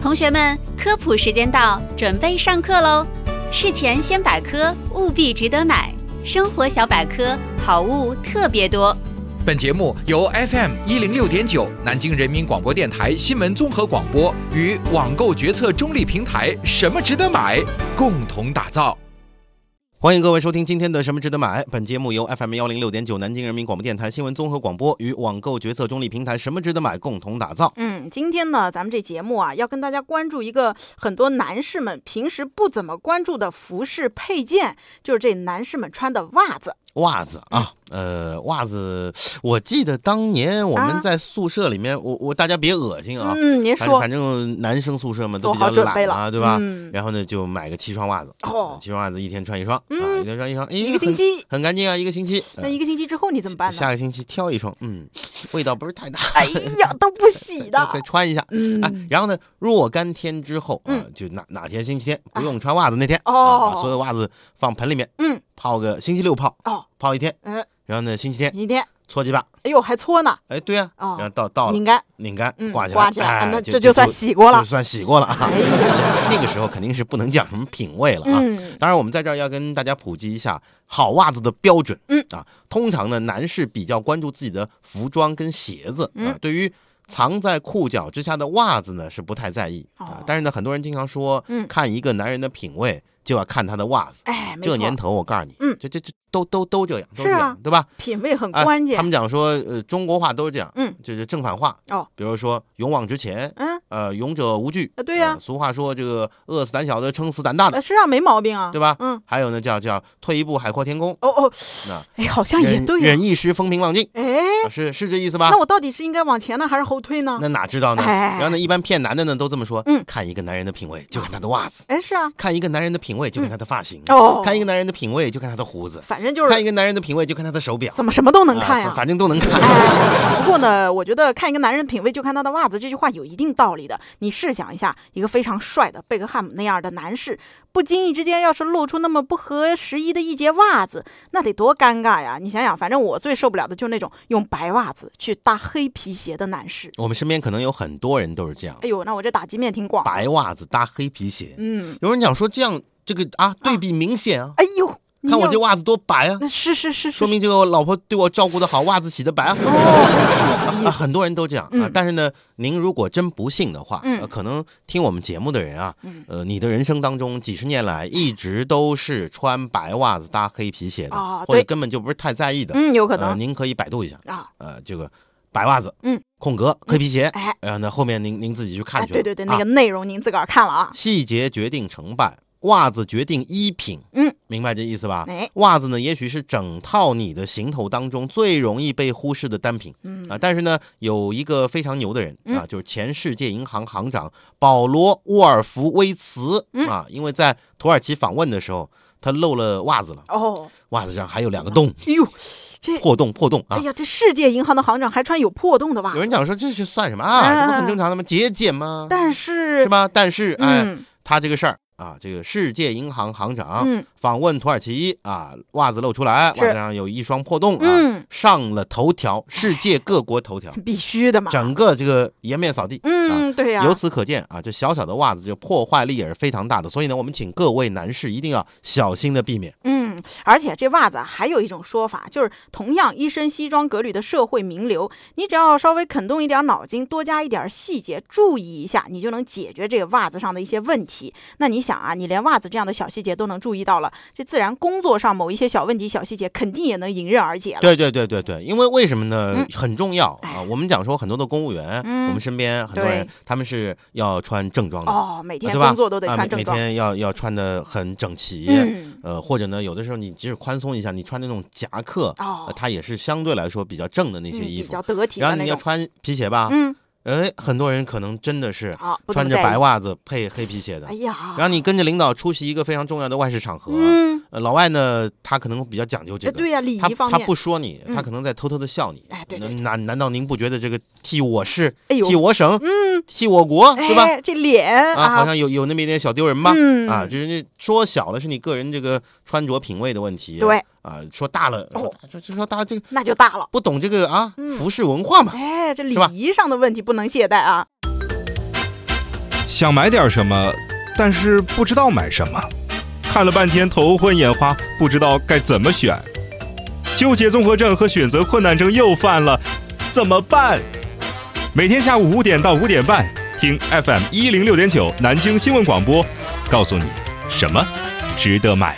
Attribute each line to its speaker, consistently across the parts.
Speaker 1: 同学们，科普时间到，准备上课喽！事前先百科，务必值得买。生活小百科，好物特别多。
Speaker 2: 本节目由 FM 一零六点九南京人民广播电台新闻综合广播与网购决策中立平台“什么值得买”共同打造。
Speaker 3: 欢迎各位收听今天的《什么值得买》。本节目由 FM 幺零六点九南京人民广播电台新闻综合广播与网购决策中立平台“什么值得买”共同打造。
Speaker 4: 嗯，今天呢，咱们这节目啊，要跟大家关注一个很多男士们平时不怎么关注的服饰配件，就是这男士们穿的袜子。
Speaker 3: 袜子啊，呃，袜子，我记得当年我
Speaker 4: 啊
Speaker 3: 们在宿舍里面，我我大家别恶心啊，
Speaker 4: 嗯，您
Speaker 3: 反正
Speaker 4: 说
Speaker 3: 反正男生宿舍嘛都
Speaker 4: 做
Speaker 3: 比较
Speaker 4: 好准备
Speaker 3: 懒啊，
Speaker 4: 了，
Speaker 3: 对吧？
Speaker 4: 嗯，
Speaker 3: 然后呢，就买个七双袜子，
Speaker 4: 哦
Speaker 3: 七双袜子一天穿一双、啊，
Speaker 4: 嗯
Speaker 3: 一天穿一双，哎
Speaker 4: 一个星期。
Speaker 3: 很很干净啊，一个星期。
Speaker 4: 那
Speaker 3: 呃
Speaker 4: 一个星期之后你怎么办呢？
Speaker 3: 下个星期挑一双，嗯，味道不是太大，
Speaker 4: 哎呀，都不洗的
Speaker 3: 再。再穿一下。哎
Speaker 4: 嗯，，
Speaker 3: 然后呢，若干天之后啊，
Speaker 4: 嗯
Speaker 3: 就哪哪天星期天不用穿袜子那天，
Speaker 4: 哦
Speaker 3: 啊，把所有袜子放盆里面，
Speaker 4: 嗯，
Speaker 3: 泡个星期六泡，
Speaker 4: 哦，
Speaker 3: 泡一天，
Speaker 4: 嗯，
Speaker 3: 然后呢星期天
Speaker 4: 一天，
Speaker 3: 搓几把，
Speaker 4: 哎呦，还搓呢，
Speaker 3: 哎，对呀，
Speaker 4: 哦
Speaker 3: 然后到到了
Speaker 4: 拧干，
Speaker 3: 拧干
Speaker 4: 嗯，
Speaker 3: 挂起来，
Speaker 4: 挂起来，
Speaker 3: 哎
Speaker 4: 那
Speaker 3: 就
Speaker 4: 这就算洗过了
Speaker 3: 就。算洗过了 啊。那个时候肯定是不能讲什么品味了啊。
Speaker 4: 嗯，
Speaker 3: 当然，我们在这儿要跟大家普及一下好袜子的标准。
Speaker 4: 嗯
Speaker 3: 啊，通常呢，男士比较关注自己的服装跟鞋子啊
Speaker 4: 嗯，
Speaker 3: 对于藏在裤脚之下的袜子呢是不太在意啊
Speaker 4: 哦。
Speaker 3: 但是呢，很多人经常说，
Speaker 4: 嗯
Speaker 3: 看一个男人的品味就要看他的袜子。
Speaker 4: 哎，没
Speaker 3: 这
Speaker 4: 错，
Speaker 3: 年头，我告诉你，
Speaker 4: 嗯
Speaker 3: 这这这都都都这样，都
Speaker 4: 是啊
Speaker 3: 这样，对吧？
Speaker 4: 品味很
Speaker 3: 啊
Speaker 4: 关
Speaker 3: 他
Speaker 4: 键。
Speaker 3: 们讲说，呃，中国话都是这样，
Speaker 4: 嗯，
Speaker 3: 就是正反话
Speaker 4: 哦。
Speaker 3: 比如说，勇往直前，
Speaker 4: 嗯，
Speaker 3: 呃，勇者无惧。
Speaker 4: 啊对呀
Speaker 3: 呃俗话说这个饿死胆小的，撑死胆大的
Speaker 4: 呃，是啊，没毛病啊，
Speaker 3: 对吧？
Speaker 4: 嗯，
Speaker 3: 还有呢，叫叫退一步海阔天空，
Speaker 4: 哦哦，
Speaker 3: 那
Speaker 4: 哎，好像也
Speaker 3: 忍
Speaker 4: 对啊。
Speaker 3: 忍一时风平浪静，
Speaker 4: 哎，
Speaker 3: 啊是是这意思吧
Speaker 4: 那？我到底是应该往前呢，还是后退呢？
Speaker 3: 那哪知道呢？
Speaker 4: 哎
Speaker 3: 然后呢，一般骗男的呢都这么说，
Speaker 4: 嗯
Speaker 3: 看一个男人的品味就看他的袜子，
Speaker 4: 哎，是啊，
Speaker 3: 看一个男人的品味就看他的发型，
Speaker 4: 哦，
Speaker 3: 看一个男人的品味就看他的胡子，
Speaker 4: 反正就是
Speaker 3: 看一个男人的品味就看他的手表，
Speaker 4: 怎么什么都能看
Speaker 3: 啊
Speaker 4: 呀、
Speaker 3: 反反正都能看。
Speaker 4: 哎，不过呢，我觉得看一个男人的品味就看他的袜子，这句话有一定道理的。你试想一下，一个非常帅的贝克汉姆那样的男士，不经意之间要是露出那么不合时宜的一截袜子，那得多尴尬呀！你想想，反正我最受不了的就是那种用白袜子去搭黑皮鞋的男士。
Speaker 3: 我们身边可能有很多人都是这样
Speaker 4: 哎，呦，那我这打击面挺广。
Speaker 3: 白袜子搭黑皮鞋。
Speaker 4: 嗯，
Speaker 3: 有人讲说这样这个啊对比明显啊，
Speaker 4: 哎呦，你
Speaker 3: 看我
Speaker 4: 有
Speaker 3: 这袜子多白啊，
Speaker 4: 那是是是是
Speaker 3: 说明这个老婆对我照顾的好，袜子洗的白啊。 啊，很多人都这样啊
Speaker 4: 哦嗯。
Speaker 3: 但是呢，您如果真不信的话，
Speaker 4: 嗯
Speaker 3: 呃可能听我们节目的人啊
Speaker 4: 嗯，
Speaker 3: 呃，你的人生当中几十年来一直都是穿白袜子搭黑皮鞋的
Speaker 4: 啊，
Speaker 3: 或者
Speaker 4: 对
Speaker 3: 根本就不是太在意的。
Speaker 4: 嗯，有可
Speaker 3: 呃，
Speaker 4: 能、
Speaker 3: 您可以百度一下，
Speaker 4: 啊，
Speaker 3: 呃，这个白袜子，
Speaker 4: 嗯，
Speaker 3: 空格黑皮鞋，
Speaker 4: 哎
Speaker 3: 呃，那后面您您自己去看
Speaker 4: 哎，
Speaker 3: 去了。
Speaker 4: 对对对，
Speaker 3: 啊
Speaker 4: 那个内容您自个儿看了啊。
Speaker 3: 细节决定成败，袜子决定衣品。
Speaker 4: 嗯，
Speaker 3: 明白这意思吧？
Speaker 4: 哎
Speaker 3: 袜子呢，也许是整套你的行头当中最容易被忽视的单品。
Speaker 4: 嗯
Speaker 3: 啊，但是呢，有一个非常牛的人
Speaker 4: 嗯
Speaker 3: 啊，就是前世界银行行长保罗·沃尔夫威茨
Speaker 4: 嗯
Speaker 3: 啊，因为在土耳其访问的时候，他漏了袜子了，
Speaker 4: 哦，
Speaker 3: 袜子上还有两个洞，
Speaker 4: 哎呦，这
Speaker 3: 破洞破洞
Speaker 4: 哎
Speaker 3: 啊。
Speaker 4: 呀，这世界银行的行长还穿有破洞的袜
Speaker 3: 有人
Speaker 4: 子，
Speaker 3: 讲说这是算什么啊？这不很正常的吗？节俭吗？
Speaker 4: 嗯但是
Speaker 3: 是？吧？但是哎，
Speaker 4: 嗯
Speaker 3: 他这个事儿啊，这个世界银行行长
Speaker 4: 嗯
Speaker 3: 访问土耳其啊，袜子露出来，
Speaker 4: 是
Speaker 3: 袜子上有一双破洞啊，
Speaker 4: 嗯，
Speaker 3: 上了头条，世界各国头条，
Speaker 4: 必须的嘛。
Speaker 3: 整个这个颜面扫地。
Speaker 4: 嗯，对呀、
Speaker 3: 由此可见啊，这小小的袜子就破坏力也是非常大的，所以呢，我们请各位男士一定要小心的避免。
Speaker 4: 嗯，而且这袜子啊，还有一种说法，就是同样一身西装革履的社会名流，你只要稍微肯动一点脑筋，多加一点细节，注意一下，你就能解决这个袜子上的一些问题。那你想啊，你连袜子这样的小细节都能注意到了，这自然工作上某一些小问题、小细节，肯定也能迎刃而解了。
Speaker 3: 对对对对对，因为为什么呢？
Speaker 4: 嗯
Speaker 3: 很重要啊
Speaker 4: 哎！
Speaker 3: 我们讲说很多的公务员，
Speaker 4: 嗯
Speaker 3: 我们身边很多人
Speaker 4: 对
Speaker 3: 他们是要穿正装的，啊
Speaker 4: 哦，每天
Speaker 3: 对吧
Speaker 4: 工作都得
Speaker 3: 啊
Speaker 4: 穿
Speaker 3: 每
Speaker 4: 正
Speaker 3: 每
Speaker 4: 装。
Speaker 3: 天要要穿的很整齐。
Speaker 4: 嗯，
Speaker 3: 呃，或者呢，有的时候你即使宽松一下，你穿那种夹克，
Speaker 4: 哦
Speaker 3: 呃，它也是相对来说比较正的那些
Speaker 4: 嗯
Speaker 3: 衣
Speaker 4: 比
Speaker 3: 服。
Speaker 4: 较得体
Speaker 3: 然
Speaker 4: 的
Speaker 3: 后
Speaker 4: 那
Speaker 3: 你要
Speaker 4: 种。
Speaker 3: 穿皮鞋吧，
Speaker 4: 嗯，
Speaker 3: 哎，很多人可能真的是
Speaker 4: 好，不怎
Speaker 3: 穿
Speaker 4: 么
Speaker 3: 着
Speaker 4: 在
Speaker 3: 白
Speaker 4: 意。
Speaker 3: 袜子配黑皮鞋的
Speaker 4: 哎。呀，
Speaker 3: 然后你跟着领导出席一个非常重要的外事场合，
Speaker 4: 嗯，
Speaker 3: 呃，老外呢，他可能比较讲究这
Speaker 4: 哎
Speaker 3: 个，
Speaker 4: 对呀、礼
Speaker 3: 他
Speaker 4: 仪方
Speaker 3: 他
Speaker 4: 面，
Speaker 3: 不说你，
Speaker 4: 嗯
Speaker 3: 他可能在偷偷的笑你。
Speaker 4: 哎对
Speaker 3: 那
Speaker 4: 对对
Speaker 3: 难难道您不觉得这个替我市、
Speaker 4: 哎呦
Speaker 3: 替，我省、
Speaker 4: 嗯，
Speaker 3: 替我国，对吧？
Speaker 4: 哎、这脸
Speaker 3: 啊，好像有有那么一点小丢人吧？
Speaker 4: 嗯
Speaker 3: 啊，就是那说小了是你个人这个穿着品味的问题，
Speaker 4: 对，
Speaker 3: 啊，说大了，说
Speaker 4: 哦
Speaker 3: 大就就说大了这个
Speaker 4: 那就大了。
Speaker 3: 不懂这个啊
Speaker 4: 嗯
Speaker 3: 服饰文化嘛。
Speaker 4: 哎，这礼
Speaker 3: 是吧
Speaker 4: 仪上的问题不能懈怠啊！
Speaker 5: 想买点什么，但是不知道买什么，看了半天头昏眼花，不知道该怎么选，纠结综合症和选择困难症又犯了，怎么办？每天下午五点到五点半，听 FM 一零六点九南京新闻广播，告诉你什么值得买。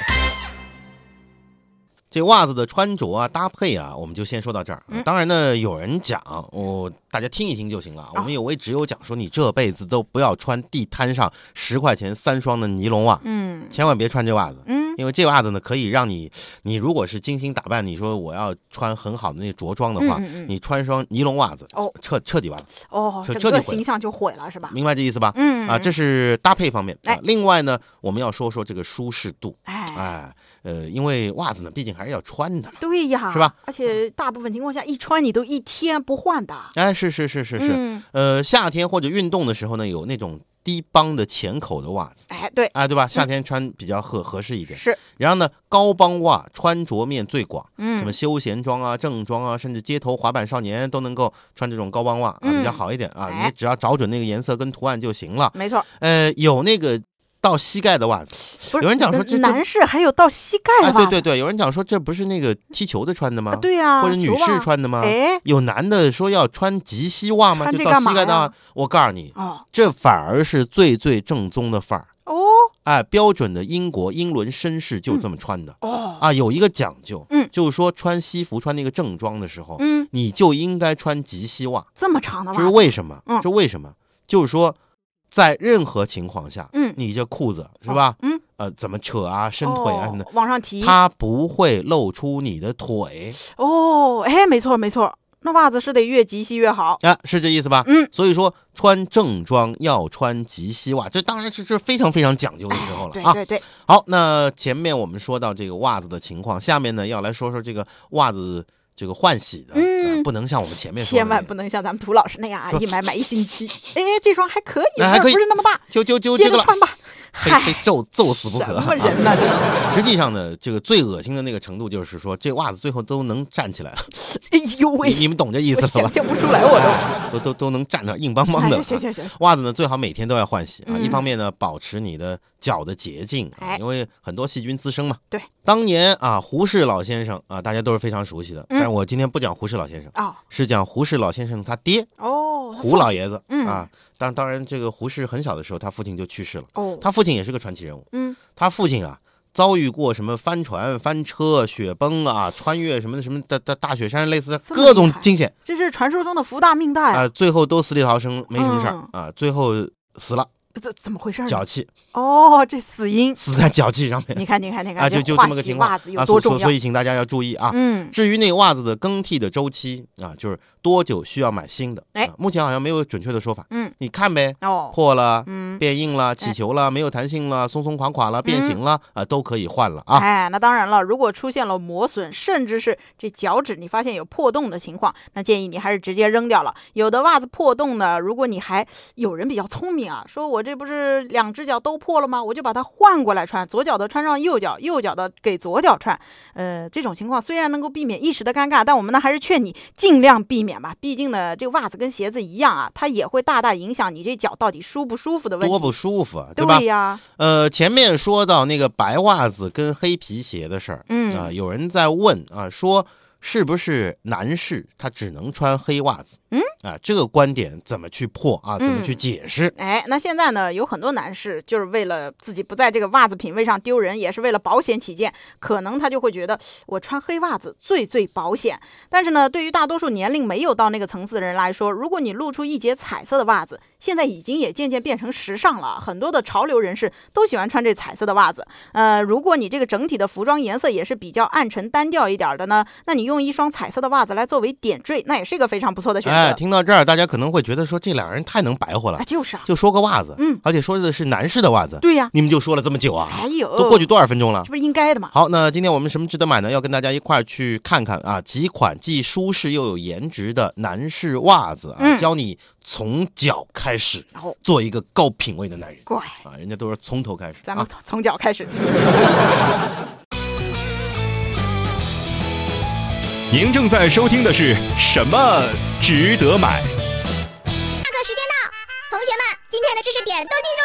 Speaker 3: 这袜子的穿着啊、搭配啊，我们就先说到这儿。
Speaker 4: 嗯
Speaker 3: 当然呢，有人讲，我、大家听一听就行
Speaker 4: 哦
Speaker 3: 了。我们有位只有讲说，你这辈子都不要穿地摊上十块钱三双的尼龙袜，
Speaker 4: 嗯
Speaker 3: 千万别穿这袜子。
Speaker 4: 嗯
Speaker 3: 因为这袜子呢，可以让你，你如果是精心打扮，你说我要穿很好的那着装的话，
Speaker 4: 嗯嗯嗯
Speaker 3: 你穿双尼龙袜子，
Speaker 4: 哦
Speaker 3: 彻彻底完了，
Speaker 4: 哦，
Speaker 3: 就
Speaker 4: 整
Speaker 3: 彻底
Speaker 4: 个
Speaker 3: 毁了
Speaker 4: 形象就毁了是吧？
Speaker 3: 明白这意思吧？
Speaker 4: 嗯
Speaker 3: 啊，这是搭配方面。啊
Speaker 4: 哎
Speaker 3: 另外呢，我们要说说这个舒适度。
Speaker 4: 哎，
Speaker 3: 哎，呃，因为袜子呢，毕竟还是要穿的嘛。
Speaker 4: 对呀，
Speaker 3: 是吧？
Speaker 4: 而且大部分情况下一穿你都一天不换的，
Speaker 3: 哎，是是是是是。
Speaker 4: 嗯
Speaker 3: 呃，夏天或者运动的时候呢，有那种低帮的浅口的袜子，
Speaker 4: 哎，对，
Speaker 3: 哎，对吧？夏天穿比较合合适一点。
Speaker 4: 是，
Speaker 3: 然后呢，高帮袜穿着面最广，什么
Speaker 4: 嗯
Speaker 3: 休闲装啊、正装啊，甚至街头滑板少年都能够穿这种高帮袜啊，比较
Speaker 4: 嗯
Speaker 3: 好一点啊。
Speaker 4: 哎
Speaker 3: 你只要找准那个颜色跟图案就行了。
Speaker 4: 没错，
Speaker 3: 呃，有那个到膝盖的袜子，
Speaker 4: 不是
Speaker 3: 有人讲说这这
Speaker 4: 男士还有到膝盖
Speaker 3: 哎，
Speaker 4: 的
Speaker 3: 对
Speaker 4: 袜
Speaker 3: 对
Speaker 4: 子，
Speaker 3: 对，有人讲说这不是那个踢球的穿的吗？
Speaker 4: 啊对呀，
Speaker 3: 或者女
Speaker 4: 球袜
Speaker 3: 士，穿啊的吗？
Speaker 4: 哎，
Speaker 3: 有男的说要穿及膝袜吗？
Speaker 4: 穿
Speaker 3: 就
Speaker 4: 这
Speaker 3: 到
Speaker 4: 干
Speaker 3: 膝
Speaker 4: 嘛
Speaker 3: 盖的
Speaker 4: 呀
Speaker 3: 袜，我告诉你，
Speaker 4: 哦
Speaker 3: 这反而是最最正宗的范儿。
Speaker 4: 哦
Speaker 3: 哎，标准的英国英伦绅士就这么穿的、
Speaker 4: 哦，
Speaker 3: 啊，有一个讲究，
Speaker 4: 嗯
Speaker 3: 就是说穿西服穿那个正装的时候，
Speaker 4: 嗯，
Speaker 3: 你就应该穿及膝袜，
Speaker 4: 这么长的
Speaker 3: 这
Speaker 4: 袜
Speaker 3: 是
Speaker 4: 子，
Speaker 3: 为什么？
Speaker 4: 嗯
Speaker 3: 这为什么？就是说，在任何情况下，
Speaker 4: 嗯
Speaker 3: 你这裤子是吧？
Speaker 4: 嗯，
Speaker 3: 呃，怎么扯啊、伸腿啊
Speaker 4: 哦
Speaker 3: 什么的，
Speaker 4: 往上提，
Speaker 3: 它不会露出你的腿
Speaker 4: 哦，哎，没错没错，那袜子是得越及膝越好，
Speaker 3: 啊，是这意思吧？
Speaker 4: 嗯，
Speaker 3: 所以说，穿正装要穿及膝袜，这当然是是非常非常讲究的时候
Speaker 4: 哎，
Speaker 3: 了
Speaker 4: 对
Speaker 3: 啊。
Speaker 4: 对对，
Speaker 3: 好，那前面我们说到这个袜子的情况，下面呢要来说说这个袜子这个换洗的，
Speaker 4: 嗯
Speaker 3: 呃不能像我们前面说的
Speaker 4: 千
Speaker 3: 那
Speaker 4: 万
Speaker 3: 样
Speaker 4: 不能像咱们涂老师那样啊，
Speaker 3: 说
Speaker 4: 一买买一星 期。哎，这双还可以，
Speaker 3: 哎
Speaker 4: 味
Speaker 3: 还
Speaker 4: 儿
Speaker 3: 可以
Speaker 4: 不是那么大，
Speaker 3: 就就就
Speaker 4: 接
Speaker 3: 这
Speaker 4: 着
Speaker 3: 个了，
Speaker 4: 穿吧。
Speaker 3: 非
Speaker 4: 嗨
Speaker 3: 非揍揍死不可
Speaker 4: 什么
Speaker 3: 啊！
Speaker 4: 人呐、这
Speaker 3: 实际上呢，这个最恶心的那个程度就是说，这袜子最后都能站起来了，
Speaker 4: 哎呦
Speaker 3: 你
Speaker 4: 喂，
Speaker 3: 你们懂这意
Speaker 4: 我
Speaker 3: 思了
Speaker 4: 想
Speaker 3: 吧？
Speaker 4: 象不出来，我都。
Speaker 3: 哎都都都能站那硬邦邦的
Speaker 4: 哎
Speaker 3: 了。
Speaker 4: 行行行，
Speaker 3: 袜子呢，最好每天都要换洗啊。
Speaker 4: 嗯
Speaker 3: 一方面呢，保持你的脚的洁净啊，
Speaker 4: 哎
Speaker 3: 因为很多细菌滋生嘛。
Speaker 4: 对，
Speaker 3: 当年啊，胡适老先生啊，大家都是非常熟悉的。但是
Speaker 4: 嗯
Speaker 3: 我今天不讲胡适老先生，
Speaker 4: 哦
Speaker 3: 是讲胡适老先生他爹
Speaker 4: 哦，
Speaker 3: 胡老爷子
Speaker 4: 嗯
Speaker 3: 啊。当当然，这个胡适很小的时候，他父亲就去世了。
Speaker 4: 哦，
Speaker 3: 他父亲也是个传奇人物，
Speaker 4: 嗯
Speaker 3: 他父亲啊。遭遇过什么帆船、翻车、雪崩啊，穿越什么什么大大大雪山，类似的
Speaker 4: 这么
Speaker 3: 各种
Speaker 4: 厉害
Speaker 3: 惊险
Speaker 4: 这是传说中的福大命大呀、
Speaker 3: 啊、最后都死里逃生，没什么事儿
Speaker 4: 嗯
Speaker 3: 啊，最后死了，
Speaker 4: 这怎么回事呢？
Speaker 3: 脚气，
Speaker 4: 哦，这死因，
Speaker 3: 死在脚气上面
Speaker 4: 你看你看你看，
Speaker 3: 啊，就就
Speaker 4: 化
Speaker 3: 这么个
Speaker 4: 洗
Speaker 3: 情况
Speaker 4: 袜子有
Speaker 3: 啊，所
Speaker 4: 多重
Speaker 3: 所
Speaker 4: 要？
Speaker 3: 所以请大家要注意啊。
Speaker 4: 嗯，
Speaker 3: 至于那袜子的更替的周期啊，就是多久需要买新的？
Speaker 4: 哎
Speaker 3: 啊目前好像没有准确的说法。
Speaker 4: 嗯，
Speaker 3: 你看呗，
Speaker 4: 哦，
Speaker 3: 破了、
Speaker 4: 嗯，
Speaker 3: 变硬了、起球了、没有弹性了、松松垮垮了、变形了啊，都可以换了啊。
Speaker 4: 哎，那当然了，如果出现了磨损，甚至是这脚趾你发现有破洞的情况，那建议你还是直接扔掉了。有的袜子破洞呢，如果你还有人比较聪明啊，说我这不是两只脚都破了吗？我就把它换过来穿，左脚的穿上右脚，右脚的给左脚穿。呃，这种情况虽然能够避免一时的尴尬，但我们呢还是劝你尽量避免吧。毕竟呢，这个袜子跟鞋子一样啊，它也会大大影响你这脚到底舒不舒服的问
Speaker 3: 多
Speaker 4: 题。
Speaker 3: 不舒服，啊，对吧
Speaker 4: 对？呀，
Speaker 3: 呃，前面说到那个白袜子跟黑皮鞋的事儿，
Speaker 4: 嗯
Speaker 3: 啊、有人在问啊，说是不是男士他只能穿黑袜子？
Speaker 4: 嗯，
Speaker 3: 啊，这个观点怎么去破啊？怎么去
Speaker 4: 嗯
Speaker 3: 解释？
Speaker 4: 哎，那现在呢，有很多男士就是为了自己不在这个袜子品味上丢人，也是为了保险起见，可能他就会觉得我穿黑袜子最最保险。但是呢，对于大多数年龄没有到那个层次的人来说，如果你露出一截彩色的袜子，现在已经也渐渐变成时尚了，很多的潮流人士都喜欢穿这彩色的袜子。呃，如果你这个整体的服装颜色也是比较暗沉单调一点儿的呢，那你用一双彩色的袜子来作为点缀，那也是一个非常不错的选择。
Speaker 3: 哎，听到这儿，大家可能会觉得说这两个人太能白活了
Speaker 4: 啊，，就是啊，
Speaker 3: 就说个袜子，
Speaker 4: 嗯，
Speaker 3: 而且说的是男士的袜子，
Speaker 4: 对呀、
Speaker 3: 你们就说了这么久啊，
Speaker 4: 哎呦，
Speaker 3: 都过去多少分钟了
Speaker 4: 这？不是应该的吗？
Speaker 3: 好，那今天我们什么值得买呢？要跟大家一块儿去看看啊，几款既舒适又有颜值的男士袜子啊，
Speaker 4: 嗯
Speaker 3: 教你从脚开始
Speaker 4: 然后
Speaker 3: 做一个高品位的男人
Speaker 4: 乖，
Speaker 3: 啊，人家都是从头开始
Speaker 4: 咱们
Speaker 3: 啊。
Speaker 4: 从从脚开始。
Speaker 5: 您正在收听的是什么值得买？
Speaker 6: 上课时间到，同学们，今天的知识点点都进